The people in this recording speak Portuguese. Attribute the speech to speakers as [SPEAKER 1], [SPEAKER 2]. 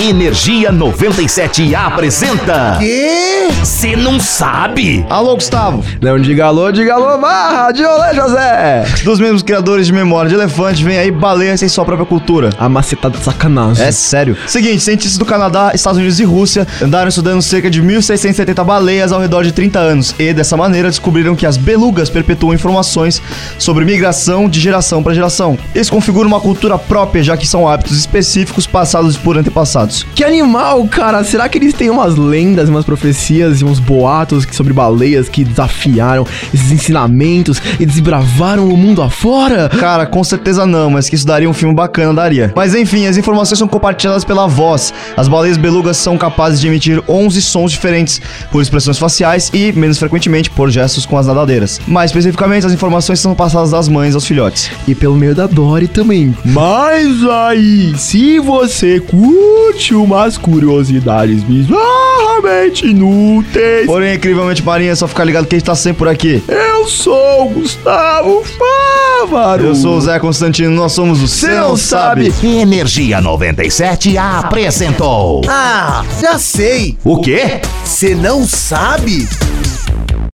[SPEAKER 1] Energia 97 apresenta.
[SPEAKER 2] Quê?
[SPEAKER 1] Você não sabe?
[SPEAKER 2] Alô, Gustavo.
[SPEAKER 3] Não diga alô, diga alô, barra de olé, José!
[SPEAKER 2] Dos mesmos criadores de memória de elefante, vem aí baleia sem sua própria cultura.
[SPEAKER 3] A macetada de sacanagem.
[SPEAKER 2] É sério. Seguinte, cientistas do Canadá, Estados Unidos e Rússia andaram estudando cerca de 1670 baleias ao redor de 30 anos e, dessa maneira, descobriram que as belugas perpetuam informações sobre migração de geração para geração. Eles configuram uma cultura própria, já que são hábitos específicos passados por antepassados.
[SPEAKER 3] Que animal, cara! Será que eles têm umas lendas, umas profecias e uns boatos que- sobre baleias que desafiaram esses ensinamentos e desbravaram o mundo afora?
[SPEAKER 2] Cara, com certeza não, mas que isso daria um filme bacana, daria. Mas enfim, as informações são compartilhadas pela voz. As baleias belugas são capazes de emitir 11 sons diferentes por expressões faciais e, menos frequentemente, por gestos com as nadadeiras. Mais especificamente, as informações são passadas das mães aos filhotes.
[SPEAKER 3] E pelo meio da Dory também. Mas aí, se você curte umas curiosidades bizarramente inúteis,
[SPEAKER 2] Porém, incrivelmente, Marinha, é só ficar ligado que a gente tá sempre por aqui.
[SPEAKER 3] eu sou o Gustavo Fávaro.
[SPEAKER 2] Eu sou o Zé Constantino, nós somos o
[SPEAKER 3] Você não sabe.
[SPEAKER 1] Energia 97 apresentou.
[SPEAKER 4] Ah, já sei.
[SPEAKER 1] O quê?
[SPEAKER 4] Você não sabe?